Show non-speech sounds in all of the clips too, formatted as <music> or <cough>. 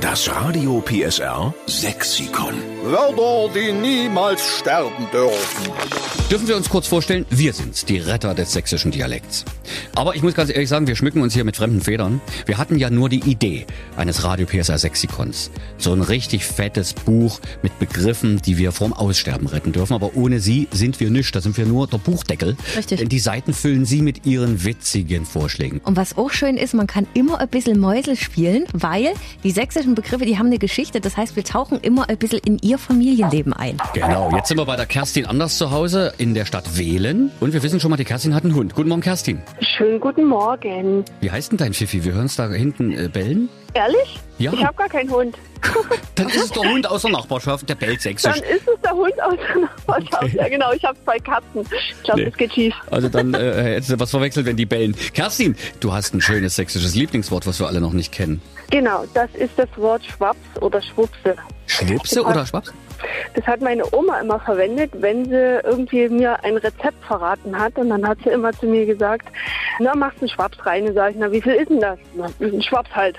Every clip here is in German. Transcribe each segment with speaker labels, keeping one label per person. Speaker 1: Das Radio PSR Sexikon.
Speaker 2: Wörter, die niemals sterben dürfen.
Speaker 3: Dürfen wir uns kurz vorstellen, wir sind's, die Retter des sächsischen Dialekts. Aber ich muss ganz ehrlich sagen, wir schmücken uns hier mit fremden Federn. Wir hatten ja nur die Idee eines Radio PSR Sexikons. So ein richtig fettes Buch mit Begriffen, die wir vom Aussterben retten dürfen. Aber ohne sie sind wir nichts. Da sind wir nur der Buchdeckel.
Speaker 4: Richtig.
Speaker 3: Denn die Seiten füllen sie mit ihren witzigen Vorschlägen.
Speaker 4: Und was auch schön ist, man kann immer ein bisschen Mäusel spielen, weil die sächsischen Begriffe, die haben eine Geschichte. Das heißt, wir tauchen immer ein bisschen in ihr Familienleben ein.
Speaker 3: Genau, jetzt sind wir bei der Kerstin Anders zu Hause in der Stadt Wählen. Und wir wissen schon mal, die Kerstin hat einen Hund. Guten Morgen, Kerstin.
Speaker 5: Schönen guten Morgen.
Speaker 3: Wie heißt denn dein Fifi? Wir hören es da hinten äh, bellen.
Speaker 5: Ehrlich?
Speaker 3: Ja.
Speaker 5: Ich habe gar keinen Hund.
Speaker 3: Dann ist es der Hund aus der Nachbarschaft, der bellt sächsisch.
Speaker 5: Dann ist es der Hund aus der
Speaker 3: <laughs>
Speaker 5: Nachbarschaft. Ja, genau, ich habe zwei Katzen. Ich glaube,
Speaker 3: Nee.
Speaker 5: das geht schief.
Speaker 3: Also dann äh, hättest du was verwechselt, wenn die bellen. Kerstin, du hast ein schönes sächsisches Lieblingswort, was wir alle noch nicht kennen.
Speaker 5: Genau, das ist das Wort Schwaps oder Schwupse.
Speaker 3: Schwupse oder Schwaps?
Speaker 5: Das hat meine Oma immer verwendet, wenn sie irgendwie mir ein Rezept verraten hat. Und dann hat sie immer zu mir gesagt, na, machst einen Schwaps rein. Und sage ich, na, wie viel ist denn das? Na, ein Schwaps
Speaker 3: <laughs>
Speaker 5: halt.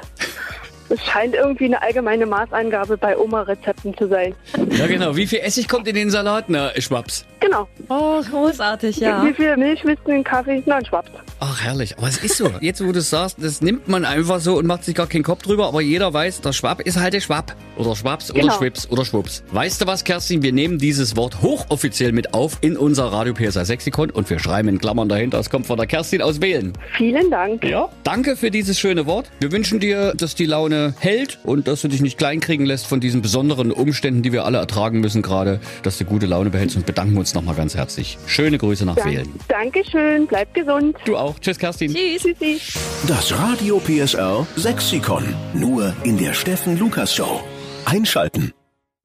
Speaker 5: Es scheint irgendwie eine allgemeine Maßangabe bei Oma-Rezepten zu sein.
Speaker 3: Ja genau, wie viel Essig kommt in den Salat? Na, Schwaps.
Speaker 5: Genau.
Speaker 4: Oh, großartig,
Speaker 5: Wie viel Milch willst du in den Kaffee? Na, ein Schwaps.
Speaker 3: Ach herrlich, aber es ist so. Jetzt wo du es sagst, das nimmt man einfach so und macht sich gar keinen Kopf drüber, aber jeder weiß, der Schwab ist halt der Schwab. Oder Schwabs oder
Speaker 5: Genau.
Speaker 3: Schwips oder Schwups. Weißt du was, Kerstin, wir nehmen dieses Wort hochoffiziell mit auf in unser Radio PSA Sexikon und wir schreiben in Klammern dahinter, es kommt von der Kerstin aus Wählen.
Speaker 5: Vielen Dank.
Speaker 3: Ja. Danke für dieses schöne Wort. Wir wünschen dir, dass die Laune hält und dass du dich nicht kleinkriegen lässt von diesen besonderen Umständen, die wir alle ertragen müssen gerade, dass du gute Laune behältst und bedanken uns nochmal ganz herzlich. Schöne Grüße nach
Speaker 5: Dank,
Speaker 3: Wählen.
Speaker 5: Dankeschön, bleibt gesund.
Speaker 3: Du auch. Tschüss, Kerstin.
Speaker 4: Tschüss.
Speaker 5: Tschüssi.
Speaker 1: Das Radio PSR Sexikon. Nur in der Steffen Lukas Show. Einschalten.